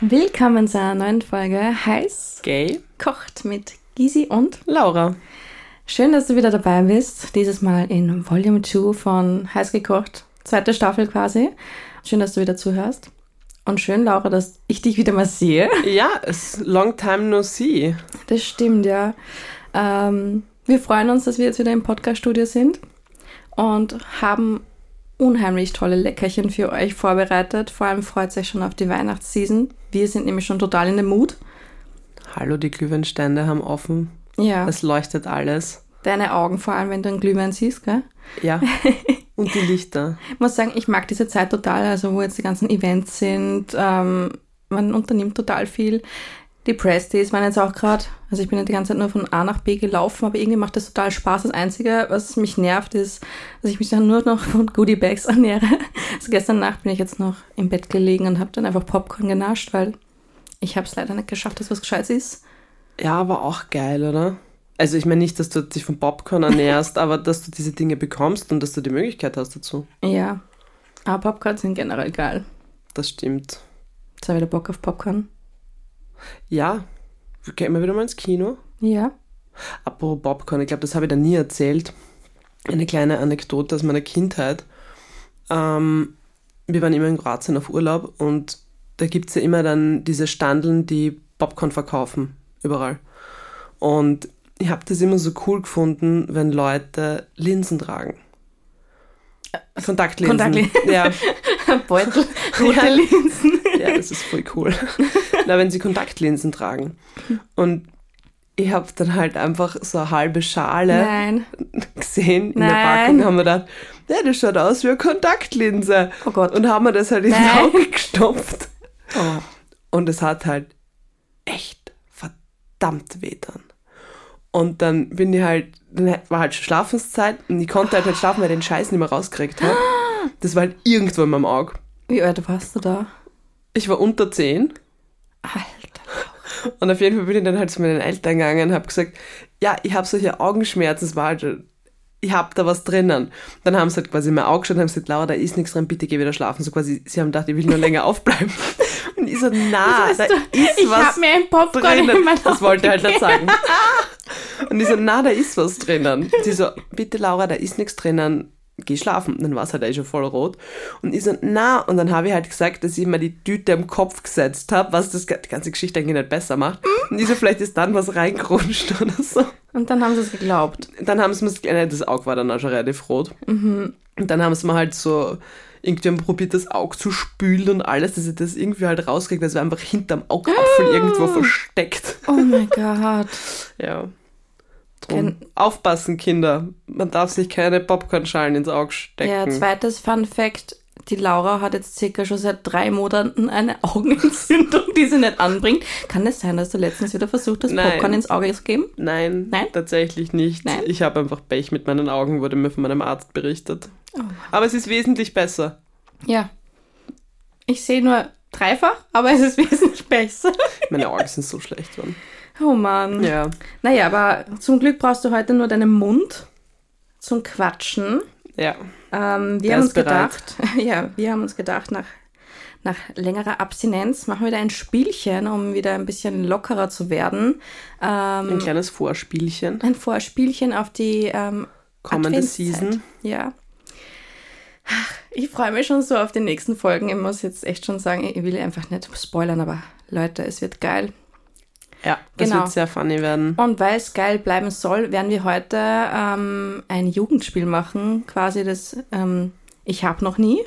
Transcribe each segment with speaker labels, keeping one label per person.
Speaker 1: Willkommen zu einer neuen Folge Heiß
Speaker 2: Gay?
Speaker 1: kocht mit Gisi und
Speaker 2: Laura.
Speaker 1: schön, dass du wieder dabei bist. Dieses Mal in Volume 2 von Heiß gekocht, zweite Staffel quasi. Schön, dass du wieder zuhörst. Und schön, Laura, dass ich dich wieder mal sehe.
Speaker 2: Ja, es long time no see.
Speaker 1: Das stimmt, ja. Ähm, wir freuen uns, dass wir jetzt wieder im Podcast-Studio sind und haben unheimlich tolle Leckerchen für euch vorbereitet. Vor allem freut euch schon auf die Weihnachtsseason. Wir sind nämlich schon total in dem Mut.
Speaker 2: Hallo, die Glühweinstände haben offen.
Speaker 1: Ja,
Speaker 2: Es leuchtet alles.
Speaker 1: deine Augen, vor allem wenn du einen Glühwein siehst, gell?
Speaker 2: Ja. Und die Lichter.
Speaker 1: Ich muss sagen, ich mag diese Zeit total, also wo jetzt die ganzen Events sind. Ähm, man unternimmt total viel. Die Press Days waren jetzt auch gerade, also ich bin ja die ganze Zeit nur von A nach B gelaufen, aber irgendwie macht das total Spaß. Das Einzige, was mich nervt, ist, dass ich mich dann nur noch von Goodie Bags ernähre. Also gestern Nacht bin ich jetzt noch im Bett gelegen und habe dann einfach Popcorn genascht, weil ich habe es leider nicht geschafft, dass was Gescheites ist.
Speaker 2: Ja, aber auch geil, oder? Also ich meine nicht, dass du dich von Popcorn ernährst, aber dass du diese Dinge bekommst und dass du die Möglichkeit hast dazu.
Speaker 1: Ja, aber Popcorn sind generell geil.
Speaker 2: Das stimmt.
Speaker 1: Jetzt habe ich wieder Bock auf Popcorn.
Speaker 2: Ja, wir gehen mal wieder mal ins Kino.
Speaker 1: Ja.
Speaker 2: Apropos Popcorn, ich glaube, das habe ich dir nie erzählt. Eine kleine Anekdote aus meiner Kindheit. Ähm, wir waren immer in Kroatien auf Urlaub und da gibt es ja immer dann diese Standeln, die Popcorn verkaufen, überall. Und ich habe das immer so cool gefunden, wenn Leute Linsen tragen. Kontaktlinsen.
Speaker 1: Äh, Kontaktlinsen.
Speaker 2: Ja,
Speaker 1: Beutel, rote
Speaker 2: Ja.
Speaker 1: Linsen.
Speaker 2: ja, das ist voll cool. Na, wenn sie Kontaktlinsen tragen. Und ich habe dann halt einfach so eine halbe Schale
Speaker 1: Nein.
Speaker 2: gesehen in der
Speaker 1: Nein.
Speaker 2: Packung, haben wir gedacht, ja, das schaut aus wie eine Kontaktlinse.
Speaker 1: Oh Gott.
Speaker 2: Und haben wir das halt ins
Speaker 1: Nein.
Speaker 2: Auge gestopft.
Speaker 1: Oh.
Speaker 2: Und es hat halt echt verdammt wehtan. Und dann bin ich halt, dann war halt schon Schlafenszeit und ich konnte halt nicht schlafen, weil ich den Scheiß nicht mehr rausgekriegt habe. Das war halt irgendwo in meinem Auge.
Speaker 1: Wie alt warst du da?
Speaker 2: Ich war unter 10
Speaker 1: Alter.
Speaker 2: und auf jeden Fall bin ich dann halt zu meinen Eltern gegangen und habe gesagt, ja, ich habe solche Augenschmerzen, es war halt, schon- ich habe da was drinnen. Dann haben sie halt quasi mal angeschaut und haben gesagt, Laura, da ist nichts drin, bitte geh wieder schlafen. So quasi, sie haben gedacht, ich will nur länger aufbleiben. Und ich so, na, Ah, da ist
Speaker 1: ich
Speaker 2: was
Speaker 1: hab mir ein Popcorn in
Speaker 2: drinnen.
Speaker 1: mein
Speaker 2: Das wollte ich halt nicht sagen. Und ich so, na, da ist was drinnen. Sie so, bitte Laura, da ist nichts drinnen. Geh schlafen. Und dann war es halt eh schon voll rot. Und ich so, na, und dann habe ich halt gesagt, dass ich mir die Tüte am Kopf gesetzt habe, was das, ga- die ganze Geschichte eigentlich nicht besser macht. Und ich so, vielleicht ist dann was reingerutscht oder so.
Speaker 1: Und dann haben sie es geglaubt.
Speaker 2: Dann haben sie mir, äh, das Auge war dann auch schon relativ rot. Und dann haben sie mir halt so, irgendwie haben probiert, das Auge zu spülen und alles, dass ich das irgendwie halt rauskriege, weil es war einfach hinterm Augapfel irgendwo versteckt.
Speaker 1: Oh mein Gott.
Speaker 2: Ja. Drum.
Speaker 1: Kein-
Speaker 2: Aufpassen, Kinder. Man darf sich keine Popcornschalen ins Auge
Speaker 1: Ja,
Speaker 2: stecken.
Speaker 1: zweites Fun Fact. Die Laura hat jetzt circa schon seit drei Monaten eine Augenentzündung, die sie nicht anbringt. Kann es sein, dass du letztens wieder versucht hast,
Speaker 2: Nein.
Speaker 1: Popcorn ins Auge zu geben?
Speaker 2: Nein,
Speaker 1: Nein?
Speaker 2: tatsächlich nicht.
Speaker 1: Nein?
Speaker 2: Ich habe einfach Pech mit meinen Augen, wurde mir von meinem Arzt berichtet.
Speaker 1: Oh.
Speaker 2: Aber es ist wesentlich besser.
Speaker 1: Ja. Ich sehe nur dreifach, aber es ist wesentlich besser.
Speaker 2: Meine Augen sind so schlecht geworden.
Speaker 1: Oh Mann.
Speaker 2: Ja.
Speaker 1: Naja, aber zum Glück brauchst du heute nur deinen Mund zum Quatschen.
Speaker 2: Ja.
Speaker 1: Ähm, wir
Speaker 2: Der
Speaker 1: haben
Speaker 2: ist
Speaker 1: uns gedacht, ja, wir haben uns gedacht, nach, nach längerer Abstinenz machen wir wieder ein Spielchen, um wieder ein bisschen lockerer zu werden.
Speaker 2: Ein
Speaker 1: Ähm,
Speaker 2: kleines Vorspielchen.
Speaker 1: ein Vorspielchen auf die ähm,
Speaker 2: Kommende
Speaker 1: Adventszeit.
Speaker 2: Season.
Speaker 1: Ja. Ach, Ich freue mich schon so auf die nächsten Folgen. Ich muss jetzt echt schon sagen, ich will einfach nicht spoilern, aber Leute, es wird geil.
Speaker 2: Ja, das
Speaker 1: Genau.
Speaker 2: wird sehr funny werden.
Speaker 1: Und weil es geil bleiben soll, werden wir heute ähm, ein Jugendspiel machen, quasi das ähm, Ich hab noch nie,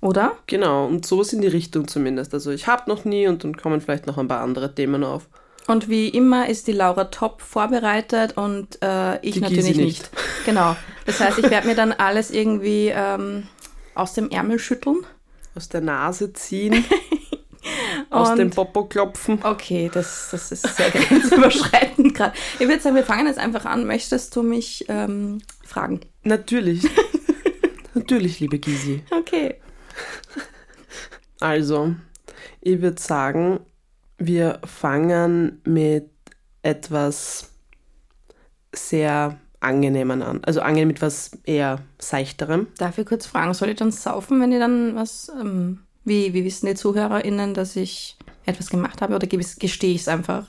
Speaker 1: oder?
Speaker 2: Genau, und sowas in die Richtung zumindest. Also ich hab noch nie und dann kommen vielleicht noch ein paar andere Themen auf.
Speaker 1: Und wie immer ist die Laura top vorbereitet und äh, ich
Speaker 2: Die
Speaker 1: natürlich nicht.
Speaker 2: Gysi
Speaker 1: Genau. Das heißt, ich werde mir dann alles irgendwie ähm, aus dem Ärmel schütteln.
Speaker 2: Aus der Nase ziehen, aus
Speaker 1: Und-
Speaker 2: dem Popo klopfen.
Speaker 1: Okay, das, das ist sehr grenzüberschreitend gerade. Ich würde sagen, wir fangen jetzt einfach an. Möchtest du mich ähm, fragen?
Speaker 2: Natürlich. Natürlich, liebe Gysi.
Speaker 1: Okay.
Speaker 2: Also, ich würde sagen, wir fangen mit etwas sehr angenehmen an. Also angenehm mit was eher seichterem.
Speaker 1: Darf ich kurz fragen, soll ich dann saufen, wenn ihr dann was... Ähm, wie, wie wissen die ZuhörerInnen, dass ich etwas gemacht habe oder gebe ich's- gestehe ich es einfach?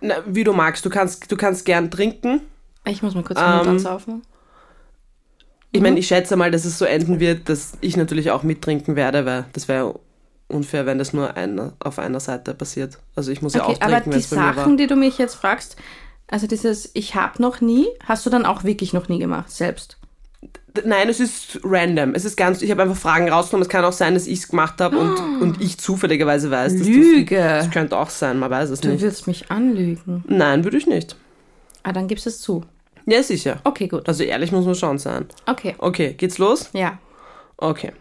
Speaker 2: Na, wie du magst, du kannst, du kannst gern trinken.
Speaker 1: Ich muss mal kurz
Speaker 2: Ähm,
Speaker 1: ähm, ansaufen.
Speaker 2: Ich
Speaker 1: Mhm.
Speaker 2: meine, ich schätze mal, dass es so enden wird, dass ich natürlich auch mittrinken werde, weil das wäre unfair, wenn das nur einer, auf einer Seite passiert. Also ich muss ja auch
Speaker 1: Okay, aber
Speaker 2: trinken, wenn
Speaker 1: die
Speaker 2: es bei mir war.
Speaker 1: Sachen, die du mich jetzt fragst, also dieses Ich habe noch nie, hast du dann auch wirklich noch nie gemacht, selbst?
Speaker 2: D- Nein, es ist random. Es ist ganz, ich habe einfach Fragen rausgenommen. Es kann auch sein, dass ich es gemacht habe und, und ich zufälligerweise weiß, dass Das,
Speaker 1: Ah. Lüge!
Speaker 2: das könnte auch sein, man weiß es
Speaker 1: Du
Speaker 2: nicht.
Speaker 1: würdest mich anlügen.
Speaker 2: Nein, würde ich nicht.
Speaker 1: Ah, dann gibst du es zu.
Speaker 2: Ja, sicher.
Speaker 1: Okay, gut.
Speaker 2: Also ehrlich muss man schon sein.
Speaker 1: Okay.
Speaker 2: Okay, geht's los?
Speaker 1: Ja.
Speaker 2: Okay.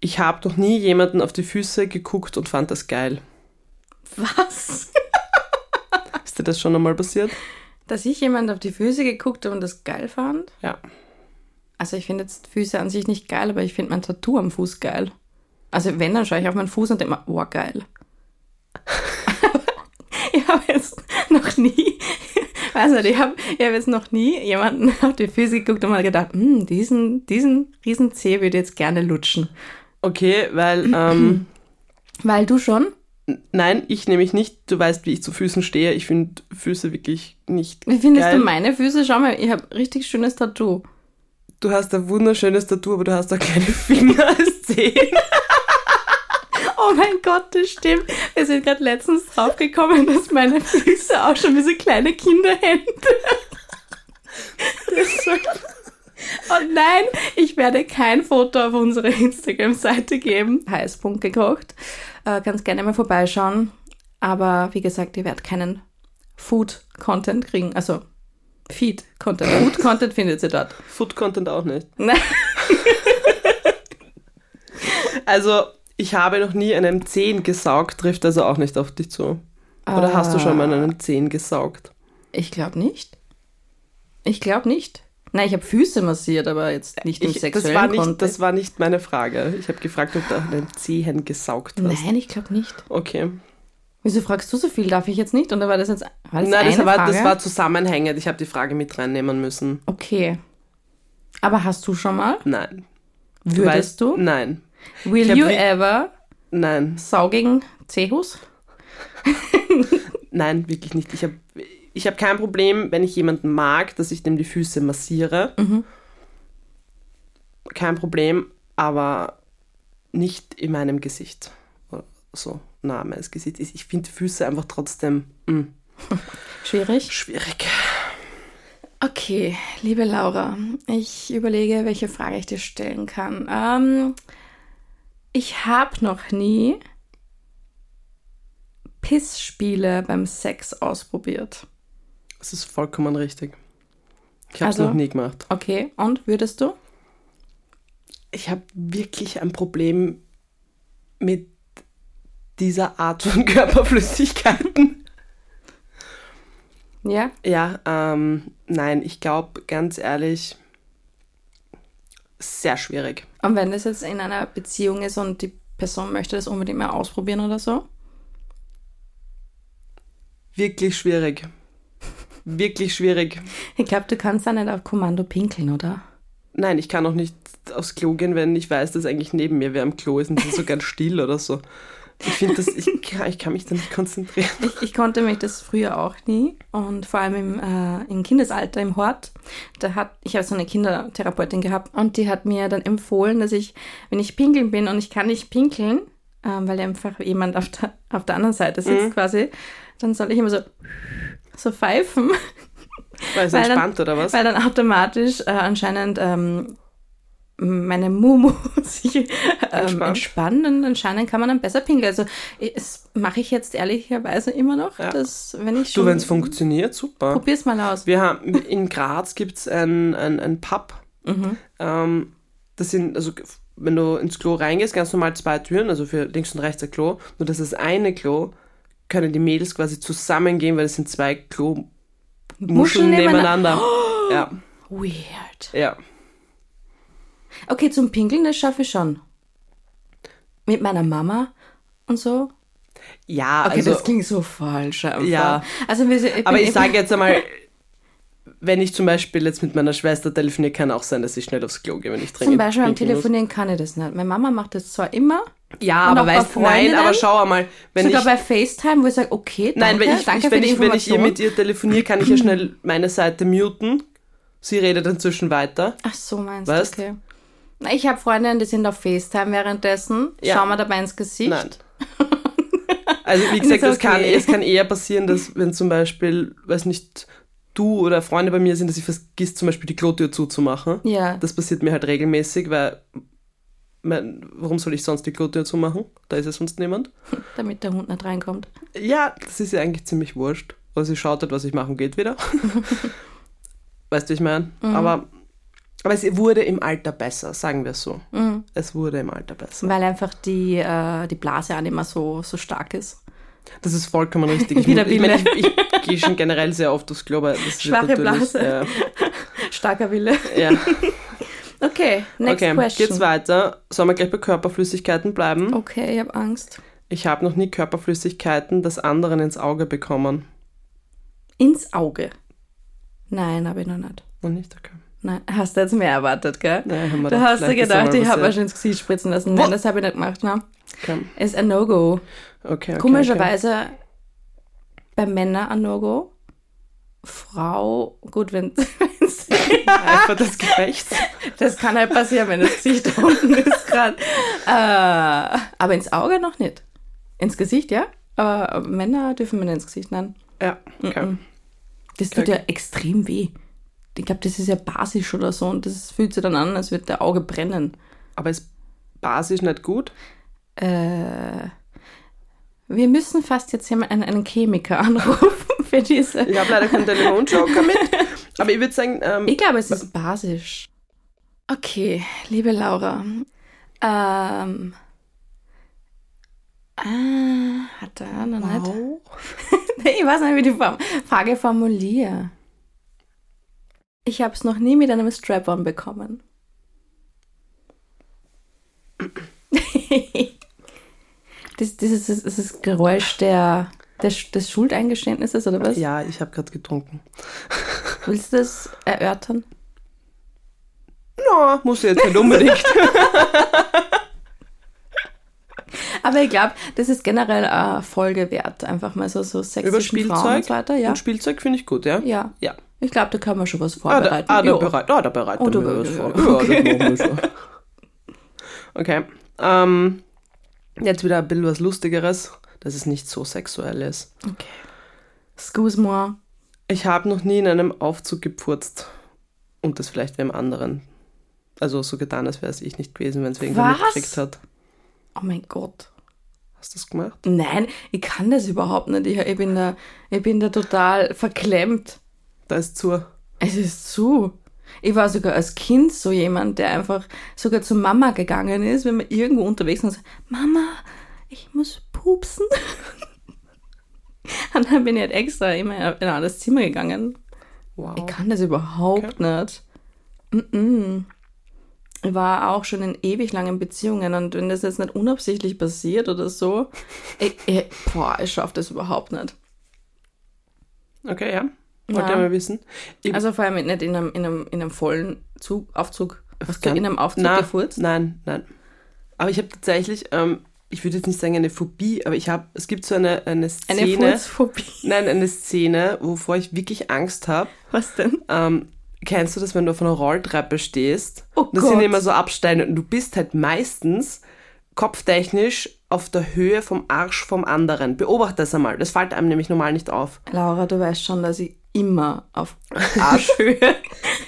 Speaker 2: Ich habe noch nie jemanden auf die Füße geguckt und fand das geil.
Speaker 1: Was?
Speaker 2: Ist dir das schon einmal passiert?
Speaker 1: Dass ich jemand auf die Füße geguckt habe und das geil fand?
Speaker 2: Ja.
Speaker 1: Also ich finde jetzt Füße an sich nicht geil, aber ich finde mein Tattoo am Fuß geil. Also wenn, dann schaue ich auf meinen Fuß und denke mir, oh, geil. ich habe jetzt noch nie, weiß nicht, ich habe ich hab jetzt noch nie jemanden auf die Füße geguckt und mal gedacht, hm, diesen, diesen riesen Zeh würde ich jetzt gerne lutschen.
Speaker 2: Okay, weil, ähm,
Speaker 1: Weil du schon?
Speaker 2: nein, ich nämlich nicht. Du weißt, wie ich zu Füßen stehe. Ich finde Füße wirklich nicht
Speaker 1: Wie findest
Speaker 2: geil.
Speaker 1: du meine Füße? Schau mal, ich habe richtig schönes Tattoo.
Speaker 2: Du hast ein wunderschönes Tattoo, aber du hast auch keine Finger als Zehen.
Speaker 1: Oh mein Gott, das stimmt. Wir sind gerade letztens draufgekommen, dass meine Füße auch schon wie so kleine Kinderhände. Und nein, ich werde kein Foto auf unsere Instagram-Seite geben. Heißpunkt gekocht. Äh, ganz gerne mal vorbeischauen. Aber wie gesagt, ihr werdet keinen Food-Content kriegen. Also Feed-Content. Food-Content findet ihr dort.
Speaker 2: Food Content auch nicht.
Speaker 1: Nein.
Speaker 2: Also, ich habe noch nie an einem Zehen gesaugt, trifft also auch nicht auf dich zu. Oder hast du schon
Speaker 1: Ah.
Speaker 2: mal an einem Zehen gesaugt?
Speaker 1: Ich glaube nicht. Ich glaube nicht. Nein, ich habe Füße massiert, aber jetzt nicht im
Speaker 2: Ich, das,
Speaker 1: sexuellen
Speaker 2: war nicht,
Speaker 1: Kontext.
Speaker 2: das war nicht meine Frage. Ich habe gefragt, ob du an einem Zehen gesaugt hast.
Speaker 1: Nein, ich glaube nicht.
Speaker 2: Okay.
Speaker 1: Wieso fragst du so viel? Darf ich jetzt nicht? Oder war das jetzt war das
Speaker 2: Nein,
Speaker 1: eine
Speaker 2: das war,
Speaker 1: Frage?
Speaker 2: das war zusammenhängend. Ich habe die Frage mit reinnehmen müssen.
Speaker 1: Okay. Aber hast du schon mal?
Speaker 2: Nein.
Speaker 1: Würdest
Speaker 2: weißt-
Speaker 1: du?
Speaker 2: Nein. Ich
Speaker 1: Will
Speaker 2: hab
Speaker 1: you
Speaker 2: wi-
Speaker 1: ever
Speaker 2: Nein.
Speaker 1: saugen Zehus?
Speaker 2: Nein, wirklich nicht. Ich habe ich hab kein Problem, wenn ich jemanden mag, dass ich dem die Füße massiere. Kein Problem, aber nicht in meinem Gesicht. Oder So nah an meines Gesicht ist. Ich finde Füße einfach trotzdem mm,
Speaker 1: Schwierig.
Speaker 2: schwierig.
Speaker 1: Okay, liebe Laura, ich überlege, welche Frage ich dir stellen kann. Ähm, ich habe noch nie Pissspiele beim Sex ausprobiert.
Speaker 2: Das ist vollkommen richtig. Ich habe es
Speaker 1: Also-
Speaker 2: noch nie gemacht.
Speaker 1: Okay, und würdest du?
Speaker 2: Ich habe wirklich ein Problem mit dieser Art von Körperflüssigkeiten.
Speaker 1: Ja?
Speaker 2: Ja, ähm, nein, ich glaube, ganz ehrlich, sehr schwierig.
Speaker 1: Und wenn das jetzt in einer Beziehung ist und die Person möchte das unbedingt mal ausprobieren oder so?
Speaker 2: Wirklich schwierig. Wirklich schwierig.
Speaker 1: Ich glaube, du kannst da nicht auf Kommando pinkeln, oder?
Speaker 2: Nein, ich kann auch nicht aufs Klo gehen, wenn ich weiß, dass eigentlich neben mir wer am Klo ist und sie ist so ganz still oder so. Ich finde das, ich kann, ich kann mich da nicht konzentrieren.
Speaker 1: Ich, ich konnte mich das früher auch nie und vor allem im, äh, im Kindesalter im Hort. Da hat ich habe so eine Kindertherapeutin gehabt und die hat mir dann empfohlen, dass ich, wenn ich pinkeln bin und ich kann nicht pinkeln, ähm, weil einfach jemand auf der, auf der anderen Seite sitzt quasi, dann soll ich immer so so pfeifen,
Speaker 2: Weil es
Speaker 1: Weil dann-
Speaker 2: entspannt oder was?
Speaker 1: weil dann automatisch äh, anscheinend ähm, meine Mumu sich ähm,
Speaker 2: Entspannt.
Speaker 1: entspannen und anscheinend kann man dann besser pinkeln. Also ich- das mache ich jetzt ehrlicherweise immer noch,
Speaker 2: Ja.
Speaker 1: dass wenn ich
Speaker 2: Du,
Speaker 1: schon
Speaker 2: wenn es funktioniert, super.
Speaker 1: Probier's mal aus.
Speaker 2: Wir haben in Graz gibt's ein, ein, ein Pub.
Speaker 1: Mhm.
Speaker 2: Ähm, das sind, also wenn du ins Klo reingehst, ganz normal zwei Türen, also für links und rechts ein Klo. Nur dass das eine Klo können die Mädels quasi zusammengehen, weil es sind zwei Klo-Muscheln
Speaker 1: Muscheln nebeneinander. Oh!
Speaker 2: nebeneinander. Ja,
Speaker 1: Weird.
Speaker 2: ja.
Speaker 1: Okay, zum Pinkeln, das schaffe ich schon. Mit meiner Mama und so.
Speaker 2: Ja,
Speaker 1: Okay,
Speaker 2: also,
Speaker 1: das klingt so falsch einfach.
Speaker 2: Ja.
Speaker 1: Also wir, sind- ich
Speaker 2: aber
Speaker 1: bin-
Speaker 2: ich sage jetzt einmal, wenn ich zum Beispiel jetzt mit meiner Schwester telefoniere, kann auch sein, dass ich schnell aufs Klo gehe, wenn ich trinke.
Speaker 1: Zum Beispiel beim
Speaker 2: trinken muss.
Speaker 1: Telefonieren kann ich das nicht. Meine Mama macht das zwar immer,
Speaker 2: Ja,
Speaker 1: Und
Speaker 2: aber
Speaker 1: auch bei
Speaker 2: weißt nein,
Speaker 1: Freundinnen?
Speaker 2: aber schau einmal, wenn
Speaker 1: sogar
Speaker 2: ich
Speaker 1: bei FaceTime, wo ich sage, okay, danke,
Speaker 2: Nein, wenn ich,
Speaker 1: danke
Speaker 2: ich, wenn,
Speaker 1: für die
Speaker 2: ich, wenn ich ihr
Speaker 1: Information.
Speaker 2: mit ihr telefoniere, kann ich ja schnell meine Seite muten. Sie redet inzwischen weiter.
Speaker 1: Ach so, meinst
Speaker 2: Weißt?
Speaker 1: du, okay. Na, Ich habe Freundinnen, die sind auf FaceTime währenddessen,
Speaker 2: Ja.
Speaker 1: schauen mir dabei ins Gesicht.
Speaker 2: Nein. Also wie
Speaker 1: Ist
Speaker 2: gesagt, es kann,
Speaker 1: okay.
Speaker 2: es kann eher passieren, dass wenn zum Beispiel, weiß nicht, du oder Freunde bei mir sind, dass ich vergisst, zum Beispiel die Klotür zuzumachen.
Speaker 1: Ja.
Speaker 2: Das passiert mir halt regelmäßig, weil mein, warum soll ich sonst die Klotür zumachen? Da ist ja sonst niemand.
Speaker 1: damit der Hund nicht reinkommt.
Speaker 2: Ja, das ist ja eigentlich ziemlich wurscht. Also sie schaut halt, was ich mache und geht wieder. weißt du, wie ich meine?
Speaker 1: Mhm.
Speaker 2: Aber, aber es wurde im Alter besser, sagen wir es so.
Speaker 1: Mhm.
Speaker 2: Es wurde im Alter besser.
Speaker 1: Weil einfach die, äh, die Blase auch nicht mehr so, so stark ist.
Speaker 2: Das ist vollkommen richtig. Ich,
Speaker 1: Wieder
Speaker 2: ich, meine,
Speaker 1: Wille.
Speaker 2: ich, ich gehe schon generell sehr oft aufs Klo, aber das ist
Speaker 1: Schwache
Speaker 2: natürlich- äh,
Speaker 1: Blase. Starker Wille.
Speaker 2: Ja, ja.
Speaker 1: Okay, next
Speaker 2: okay,
Speaker 1: question. Oh.
Speaker 2: geht's weiter. Sollen wir gleich bei Körperflüssigkeiten bleiben?
Speaker 1: Okay, ich habe Angst.
Speaker 2: Ich habe noch nie Körperflüssigkeiten des anderen ins Auge bekommen.
Speaker 1: Ins Auge. Nein, habe ich noch nicht.
Speaker 2: Und nicht, okay.
Speaker 1: Nein, hast du jetzt mehr erwartet, gell?
Speaker 2: Nein, haben wir
Speaker 1: du
Speaker 2: doch
Speaker 1: hast dir
Speaker 2: vielleicht, dass da
Speaker 1: gedacht,
Speaker 2: mal
Speaker 1: ich habe
Speaker 2: was-
Speaker 1: mir schon ins Gesicht spritzen lassen. Nein,
Speaker 2: Wo-
Speaker 1: das habe ich nicht gemacht. Ne?
Speaker 2: Okay,
Speaker 1: Ist ein No-Go.
Speaker 2: okay, okay
Speaker 1: Komischerweise bei Männern ein No-Go. Frau, gut, wenn
Speaker 2: Okay. Einfach des Gefechts.
Speaker 1: das kann halt passieren, wenn das Gesicht da unten ist gerade. Äh, aber ins Auge noch nicht. Ins Gesicht, ja. Aber Männer dürfen mir nicht ins Gesicht nein.
Speaker 2: Ja, okay.
Speaker 1: Das tut ja extrem weh. Ich glaube, das ist ja basisch oder so und das fühlt sich dann an, als würde der Auge brennen.
Speaker 2: Aber ist basisch nicht gut?
Speaker 1: Äh, wir müssen fast jetzt jemanden, einen, einen Chemiker anrufen für diese.
Speaker 2: Ich habe leider keinen Telefonjoker mit. Aber ich würde sagen, ähm,
Speaker 1: Ich glaube, es ist basisch. Okay, liebe Laura. Ähm. Ah, hat er noch nicht.
Speaker 2: wow.
Speaker 1: Ich weiß nicht, wie die Form Frage formuliere. Ich habe es noch nie mit einem Strap-on bekommen. das, das, ist, das ist das Geräusch der, des, des Schuldeingeständnisses, oder was?
Speaker 2: ja, ich habe gerade getrunken.
Speaker 1: Willst du das erörtern?
Speaker 2: Na, muss jetzt nicht unbedingt.
Speaker 1: Aber ich glaube, das ist generell eine Folge wert. Einfach mal so, so sexy
Speaker 2: Über
Speaker 1: Frauen
Speaker 2: Spielzeug.
Speaker 1: und so weiter. Ja,
Speaker 2: Und Spielzeug finde ich gut, ja?
Speaker 1: ja.
Speaker 2: Ja.
Speaker 1: ich glaube, da können wir schon was
Speaker 2: Ah, da,
Speaker 1: vorbereiten.
Speaker 2: ah, da
Speaker 1: Jo.
Speaker 2: bereit. Ah, da bereit.
Speaker 1: Oh, da
Speaker 2: wir was
Speaker 1: bereit,
Speaker 2: vor.
Speaker 1: ja.
Speaker 2: Ja, das machen wir schon. Okay. Ähm, jetzt wieder ein bisschen was Lustigeres, dass es nicht so sexuell ist.
Speaker 1: okay. Excuse-moi.
Speaker 2: Ich habe noch nie in einem Aufzug gepurzt. Und das vielleicht wem anderen. Also so getan, als wäre es ich nicht gewesen, wenn es irgendwer
Speaker 1: Was?
Speaker 2: mitgekriegt hat.
Speaker 1: Oh mein Gott.
Speaker 2: Hast du das gemacht?
Speaker 1: Nein, ich kann das überhaupt nicht. Ich, ich, bin, da, ich bin da total verklemmt.
Speaker 2: Da ist zu.
Speaker 1: Es ist zu. Ich war sogar als Kind so jemand, der einfach sogar zu Mama gegangen ist, wenn wir irgendwo unterwegs sind und sagt, Mama, ich muss pupsen. Und dann bin ich halt extra immer in ein anderes Zimmer gegangen. Ich
Speaker 2: Wow.
Speaker 1: kann das überhaupt nicht. Mm-mm. Ich war auch schon in ewig langen Beziehungen und wenn das jetzt nicht unabsichtlich passiert oder so, ich, ich, boah, ich schaffe das überhaupt nicht.
Speaker 2: Okay, ja. Wollte
Speaker 1: Ja.
Speaker 2: ja mal wissen. Ich,
Speaker 1: Also vor allem nicht in einem, in einem, in einem vollen Zug, Aufzug. Hast du
Speaker 2: kann-
Speaker 1: in einem Aufzug
Speaker 2: na,
Speaker 1: gefurzt?
Speaker 2: Nein, nein. Aber ich habe tatsächlich, ähm, ich würde jetzt nicht sagen eine Phobie, aber ich habe, es gibt so eine, eine Szene.
Speaker 1: Eine Furzphobie.
Speaker 2: Nein, eine Szene, wovor ich wirklich Angst habe.
Speaker 1: Was denn?
Speaker 2: Ähm, kennst du das, wenn du auf einer Rolltreppe stehst?
Speaker 1: Oh
Speaker 2: das sind
Speaker 1: Gott.
Speaker 2: immer so Absteine und du bist halt meistens kopftechnisch auf der Höhe vom Arsch vom anderen. Beobachte das einmal. Das fällt einem nämlich normal nicht auf.
Speaker 1: Laura, du weißt schon, dass ich immer auf Arschhöhe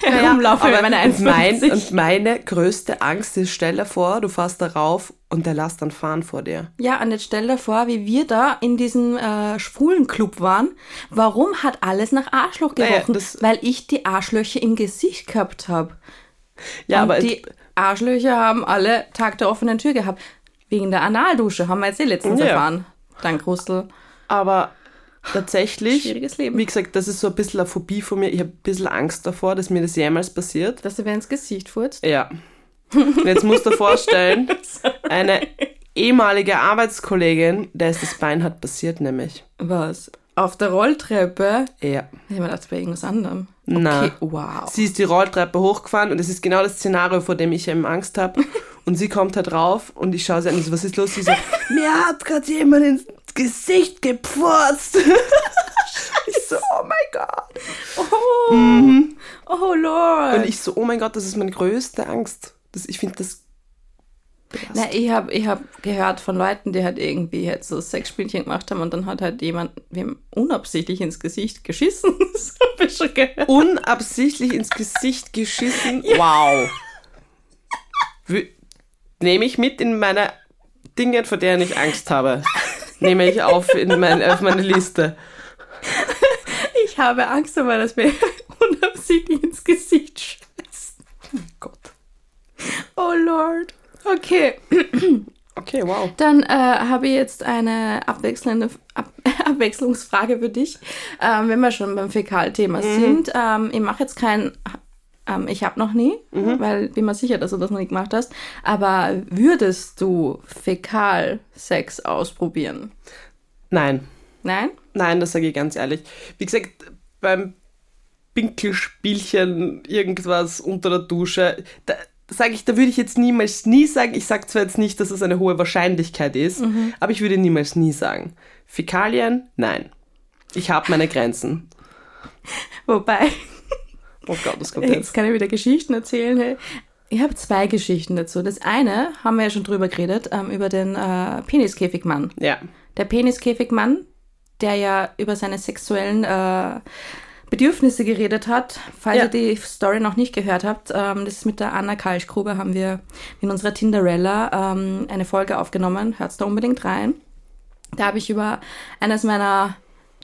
Speaker 1: herumlaufe mit meiner
Speaker 2: und, mein,
Speaker 1: 1,50.
Speaker 2: und meine größte Angst ist, stell dir vor, du fährst darauf und der lässt dann fahren vor dir.
Speaker 1: Ja, und jetzt stell dir vor, wie wir da in diesem äh, schwulen Club waren. Warum hat alles nach Arschloch
Speaker 2: Naja,
Speaker 1: gerochen?
Speaker 2: das-
Speaker 1: Weil ich die Arschlöcher im Gesicht gehabt habe.
Speaker 2: Ja,
Speaker 1: und
Speaker 2: aber
Speaker 1: die Arschlöcher haben alle Tag der offenen Tür gehabt. Wegen der Analdusche haben wir jetzt eh letztens
Speaker 2: Ja.
Speaker 1: erfahren. Dank Rustl.
Speaker 2: Aber tatsächlich,
Speaker 1: Schwieriges Leben.
Speaker 2: wie gesagt, das ist so ein bisschen eine Phobie von mir. Ich habe ein bisschen Angst davor, dass mir das jemals passiert.
Speaker 1: Dass du mir ins Gesicht furzt.
Speaker 2: Ja. Und jetzt musst du dir vorstellen, eine ehemalige Arbeitskollegin, der ist das Bein hat passiert, nämlich.
Speaker 1: Was? Auf der Rolltreppe?
Speaker 2: Ja.
Speaker 1: Ich hab mir gedacht, das wäre irgendwas anderem.
Speaker 2: Na.
Speaker 1: Okay, wow.
Speaker 2: Sie ist die Rolltreppe hochgefahren und es ist genau das Szenario, vor dem ich eben Angst habe. Und sie kommt da drauf und ich schaue sie an und so, was ist los? Sie sagt, mir hat gerade jemand ins Gesicht gepfurzt. ich so, oh mein Gott.
Speaker 1: Oh, oh Lord.
Speaker 2: Mhm. Und ich so, oh mein Gott, das ist meine größte Angst. Das, ich finde das.
Speaker 1: Na, ich habe ich hab gehört von Leuten, die halt irgendwie halt so Sexspielchen gemacht haben und dann hat halt jemand wem unabsichtlich ins Gesicht geschissen. das habe ich schon gehört.
Speaker 2: Unabsichtlich ins Gesicht geschissen. Wow. Wü- Nehme ich mit in meine Dinge, vor denen ich Angst habe. Nehme ich auf, in mein, auf meine Liste.
Speaker 1: Ich habe Angst dabei, dass mir unabsichtlich ins Gesicht scheißt.
Speaker 2: Gott.
Speaker 1: Oh Lord. Okay,
Speaker 2: Okay, wow.
Speaker 1: dann äh, habe ich jetzt eine abwechselnde Ab Abwechslungsfrage für dich, ähm, wenn wir schon beim Fäkalthema sind. Ähm, ich mache jetzt kein, ähm, ich habe noch nie, weil bin mir sicher, dass du das noch nie gemacht hast. Aber würdest du Fäkalsex ausprobieren?
Speaker 2: Nein.
Speaker 1: Nein?
Speaker 2: Nein, das sage ich ganz ehrlich. Wie gesagt, beim Pinkelspielchen, irgendwas unter der Dusche, da sage ich, da würde ich jetzt niemals nie sagen. Ich sage zwar jetzt nicht, dass es eine hohe Wahrscheinlichkeit ist, aber ich würde niemals nie sagen. Fäkalien? Nein. Ich habe meine Grenzen.
Speaker 1: Wobei,
Speaker 2: Oh Gott, das kommt jetzt.
Speaker 1: Jetzt kann ich wieder Geschichten erzählen. Hey. Ich habe zwei Geschichten dazu. Das eine haben wir ja schon drüber geredet, ähm, über den äh, Peniskäfigmann.
Speaker 2: Ja.
Speaker 1: Der Peniskäfigmann, der ja über seine sexuellen äh, Bedürfnisse geredet hat. Falls
Speaker 2: Ja.
Speaker 1: ihr die Story noch nicht gehört habt, ähm, das ist mit der Anna Kalschgruber, haben wir in unserer Tinderella ähm, eine Folge aufgenommen. Hört's da unbedingt rein. Da habe ich über eines meiner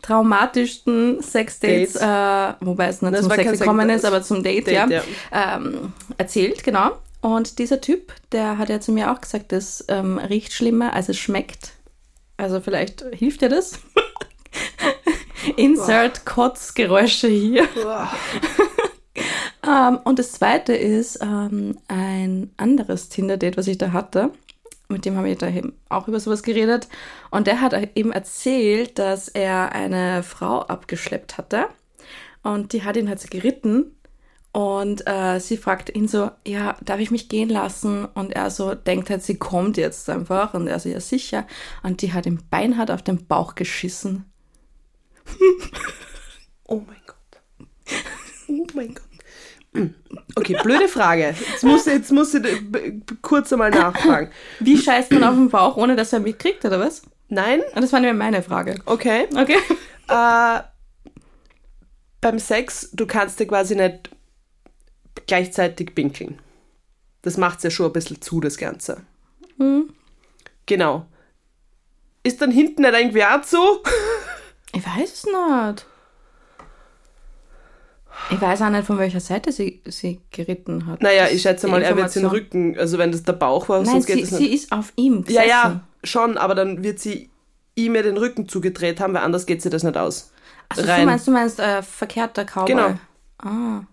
Speaker 1: traumatischsten Sexdates,
Speaker 2: Dates.
Speaker 1: äh, wobei es nicht
Speaker 2: Das
Speaker 1: zum
Speaker 2: war kein
Speaker 1: Sex
Speaker 2: Sex,
Speaker 1: gekommen
Speaker 2: das-
Speaker 1: ist, aber zum Date,
Speaker 2: Date,
Speaker 1: ja,
Speaker 2: ja.
Speaker 1: Ähm, erzählt, genau. Und dieser Typ, der hat ja zu mir auch gesagt, das ähm, riecht schlimmer, als es schmeckt. Also vielleicht hilft dir das. Insert Kotzgeräusche hier. Ähm, und das zweite ist ähm, ein anderes Tinder-Date, was ich da hatte. Mit dem habe ich da eben auch über sowas geredet. Und der hat eben erzählt, dass er eine Frau abgeschleppt hatte. Und die hat ihn halt so geritten. Und äh, sie fragt ihn so, ja, darf ich mich gehen lassen? Und er so denkt halt, sie kommt jetzt einfach. Und er so, ja, sicher. Und die hat ihm beinhart auf den Bauch geschissen.
Speaker 2: Oh mein Gott. Oh mein Gott. Hm. Okay, blöde Frage. Jetzt muss, jetzt muss ich äh, b- b- kurz einmal nachfragen.
Speaker 1: Wie scheißt man auf den Bauch, ohne dass er mitkriegt, oder was?
Speaker 2: Nein?
Speaker 1: Und das war nämlich meine Frage.
Speaker 2: Okay.
Speaker 1: Okay.
Speaker 2: äh, beim Sex, du kannst dir quasi nicht gleichzeitig pinkeln. Das macht es ja schon ein bisschen zu, das Ganze.
Speaker 1: Hm.
Speaker 2: Genau. Ist dann hinten nicht irgendwie auch zu?
Speaker 1: Ich weiß es nicht. Ich weiß auch nicht, von welcher Seite sie, sie geritten hat.
Speaker 2: Naja,
Speaker 1: Das
Speaker 2: ich schätze
Speaker 1: ist
Speaker 2: mal,
Speaker 1: die
Speaker 2: er wird den
Speaker 1: Information.
Speaker 2: Rücken, also wenn das der Bauch war,
Speaker 1: Nein,
Speaker 2: sonst geht
Speaker 1: sie,
Speaker 2: es
Speaker 1: sie
Speaker 2: nicht.
Speaker 1: ist auf ihm
Speaker 2: Ja,
Speaker 1: gesessen.
Speaker 2: ja, schon, aber dann wird sie ihm ja den Rücken zugedreht haben, weil anders geht sie das nicht aus.
Speaker 1: Also,
Speaker 2: rein.
Speaker 1: Du meinst, du meinst äh, verkehrter Cowboy.
Speaker 2: Genau.
Speaker 1: Ah.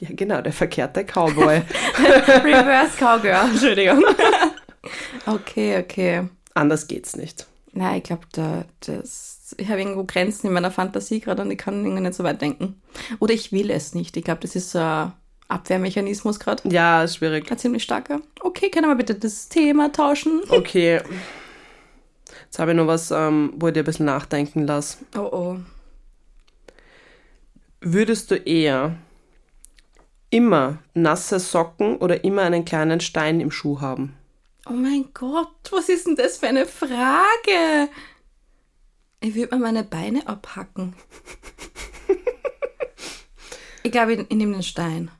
Speaker 2: Ja, genau, der verkehrte Cowboy.
Speaker 1: Reverse Cowgirl, Entschuldigung. okay, okay.
Speaker 2: anders geht's nicht.
Speaker 1: Na, ich glaube, da, das, ich habe irgendwo Grenzen in meiner Fantasie gerade und ich kann irgendwie nicht so weit denken. Oder ich will es nicht. Ich glaube, das ist so ein Abwehrmechanismus gerade.
Speaker 2: Ja, ist schwierig.
Speaker 1: Ein ziemlich starker. Okay, können wir bitte das Thema tauschen?
Speaker 2: Okay. Jetzt habe ich noch was, ähm, wo ich dir ein bisschen nachdenken lasse.
Speaker 1: Oh oh.
Speaker 2: Würdest du eher immer nasse Socken oder immer einen kleinen Stein im Schuh haben?
Speaker 1: Oh mein Gott, was ist denn das für eine Frage? Ich würde mir meine Beine abhacken. ich glaube, ich, ich nehme den Stein.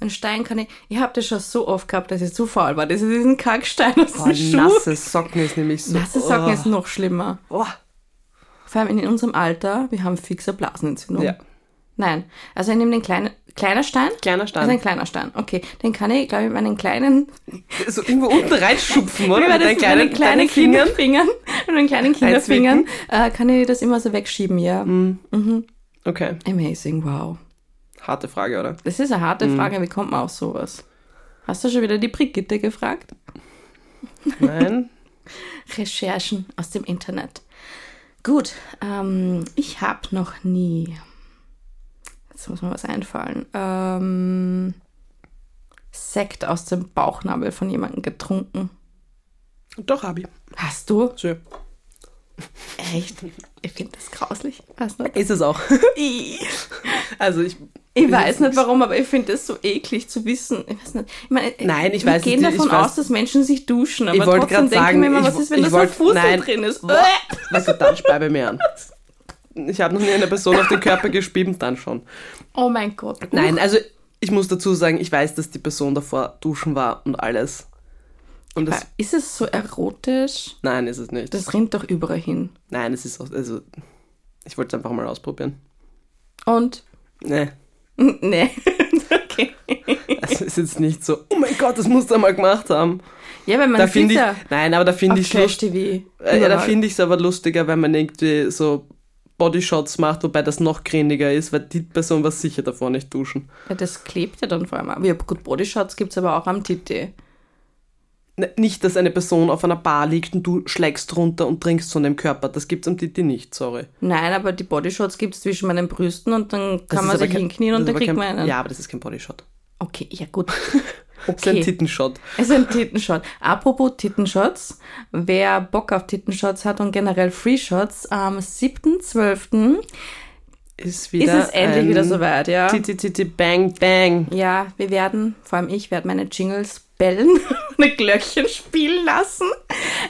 Speaker 1: Einen Stein kann ich. Ich habe das schon so oft gehabt, dass ich zu faul war. Das ist ein Kackstein aus
Speaker 2: Oh,
Speaker 1: dem Schuh.
Speaker 2: nasse Socken ist nämlich so.
Speaker 1: Nasse Socken ist noch schlimmer.
Speaker 2: Oh.
Speaker 1: Vor allem in unserem Alter, wir haben fixe Blasenentzündung.
Speaker 2: Ja.
Speaker 1: Nein, also ich nehme den kleinen. Kleiner Stein?
Speaker 2: Kleiner
Speaker 1: Das ist ein
Speaker 2: Stein.
Speaker 1: kleiner Stein. Okay, den kann ich, glaube ich, mit meinen kleinen
Speaker 2: So irgendwo unten reinschupfen, oder?
Speaker 1: Also, Wie war das mit
Speaker 2: kleinen-
Speaker 1: meinen kleinen
Speaker 2: deinen Fingern.
Speaker 1: Kinderfingern? Mit meinen kleinen Kinderfingern äh, kann ich das immer so wegschieben, ja.
Speaker 2: Mhm. Okay,
Speaker 1: Amazing, wow.
Speaker 2: harte Frage, oder?
Speaker 1: Das ist eine harte
Speaker 2: Mhm.
Speaker 1: Frage, wie kommt man auf sowas? Hast du schon wieder die Brigitte gefragt?
Speaker 2: Nein.
Speaker 1: Recherchen aus dem Internet. Gut, ähm, ich habe noch nie Jetzt muss mir was einfallen. Ähm, Sekt aus dem Bauchnabel von jemandem getrunken.
Speaker 2: Doch, habe ich.
Speaker 1: Hast du?
Speaker 2: Schön.
Speaker 1: Echt? Ich finde das grauslich. Weiß nicht.
Speaker 2: Ist es auch.
Speaker 1: Ich,
Speaker 2: Also ich.
Speaker 1: ich weiß nicht warum, aber ich finde das so eklig zu wissen. Ich weiß nicht. Ich meine,
Speaker 2: Nein, ich
Speaker 1: wir
Speaker 2: weiß
Speaker 1: gehen
Speaker 2: nicht, ich
Speaker 1: davon
Speaker 2: weiß-
Speaker 1: aus, dass Menschen sich duschen, aber
Speaker 2: Ich wollte
Speaker 1: trotzdem
Speaker 2: gerade
Speaker 1: denke ich
Speaker 2: sagen,
Speaker 1: mir immer, was
Speaker 2: ich-
Speaker 1: ist, wenn
Speaker 2: ich
Speaker 1: da so ein
Speaker 2: wollte-
Speaker 1: Fussel
Speaker 2: nein.
Speaker 1: drin ist? Äh.
Speaker 2: Boah. Also dann spei bei mir an. Ich habe noch nie einer Person auf den Körper gespielt, dann schon.
Speaker 1: Oh mein Gott.
Speaker 2: Nein, also ich muss dazu sagen, ich weiß, dass die Person davor duschen war und alles. Und das,
Speaker 1: Ist es so erotisch?
Speaker 2: nein, ist es nicht.
Speaker 1: Das rinnt doch überall hin.
Speaker 2: nein, es ist auch, also ich wollte es einfach mal ausprobieren.
Speaker 1: Und?
Speaker 2: Nee,
Speaker 1: Nee. okay.
Speaker 2: also es ist jetzt nicht so, oh mein Gott, das musst du einmal gemacht haben.
Speaker 1: Ja, wenn man
Speaker 2: Da
Speaker 1: das sieht
Speaker 2: finde
Speaker 1: ja
Speaker 2: ich, nein, aber da finde
Speaker 1: auf
Speaker 2: ich
Speaker 1: Trash
Speaker 2: lustig.
Speaker 1: TV.
Speaker 2: Äh, Ja, da
Speaker 1: überall.
Speaker 2: finde ich es aber lustiger, wenn man irgendwie so Bodyshots macht, wobei das noch grindiger ist, weil die Person war sicher davor nicht duschen.
Speaker 1: ja, das klebt ja dann vor allem. Aber ja, gut, Bodyshots gibt es aber auch am Titi.
Speaker 2: N- Ne, Nicht, dass eine Person auf einer Bar liegt und du schlägst runter und trinkst von dem Körper. Das gibt's am Titi nicht, sorry.
Speaker 1: Nein, aber die Bodyshots gibt es zwischen meinen Brüsten und dann
Speaker 2: Das
Speaker 1: kann
Speaker 2: ist
Speaker 1: man
Speaker 2: aber
Speaker 1: sich
Speaker 2: kein-
Speaker 1: hinknien
Speaker 2: das
Speaker 1: und
Speaker 2: ist
Speaker 1: dann
Speaker 2: aber
Speaker 1: kriegt
Speaker 2: kein-
Speaker 1: man einen.
Speaker 2: Ja, aber das ist kein Bodyshot.
Speaker 1: Okay, ja gut.
Speaker 2: Das ist ein
Speaker 1: Okay.
Speaker 2: Tittenshot.
Speaker 1: Es ist ein Tittenshot. Apropos Tittenshots. Wer Bock auf Tittenshots hat und generell Free Shots, am 7.12.
Speaker 2: Ist
Speaker 1: ist
Speaker 2: wieder
Speaker 1: es endlich
Speaker 2: ein
Speaker 1: wieder soweit, ja.
Speaker 2: Titi, Titi, Bang, Bang.
Speaker 1: Ja, wir werden, vor allem ich, werde meine Jingles bellen, meine Glöckchen spielen lassen.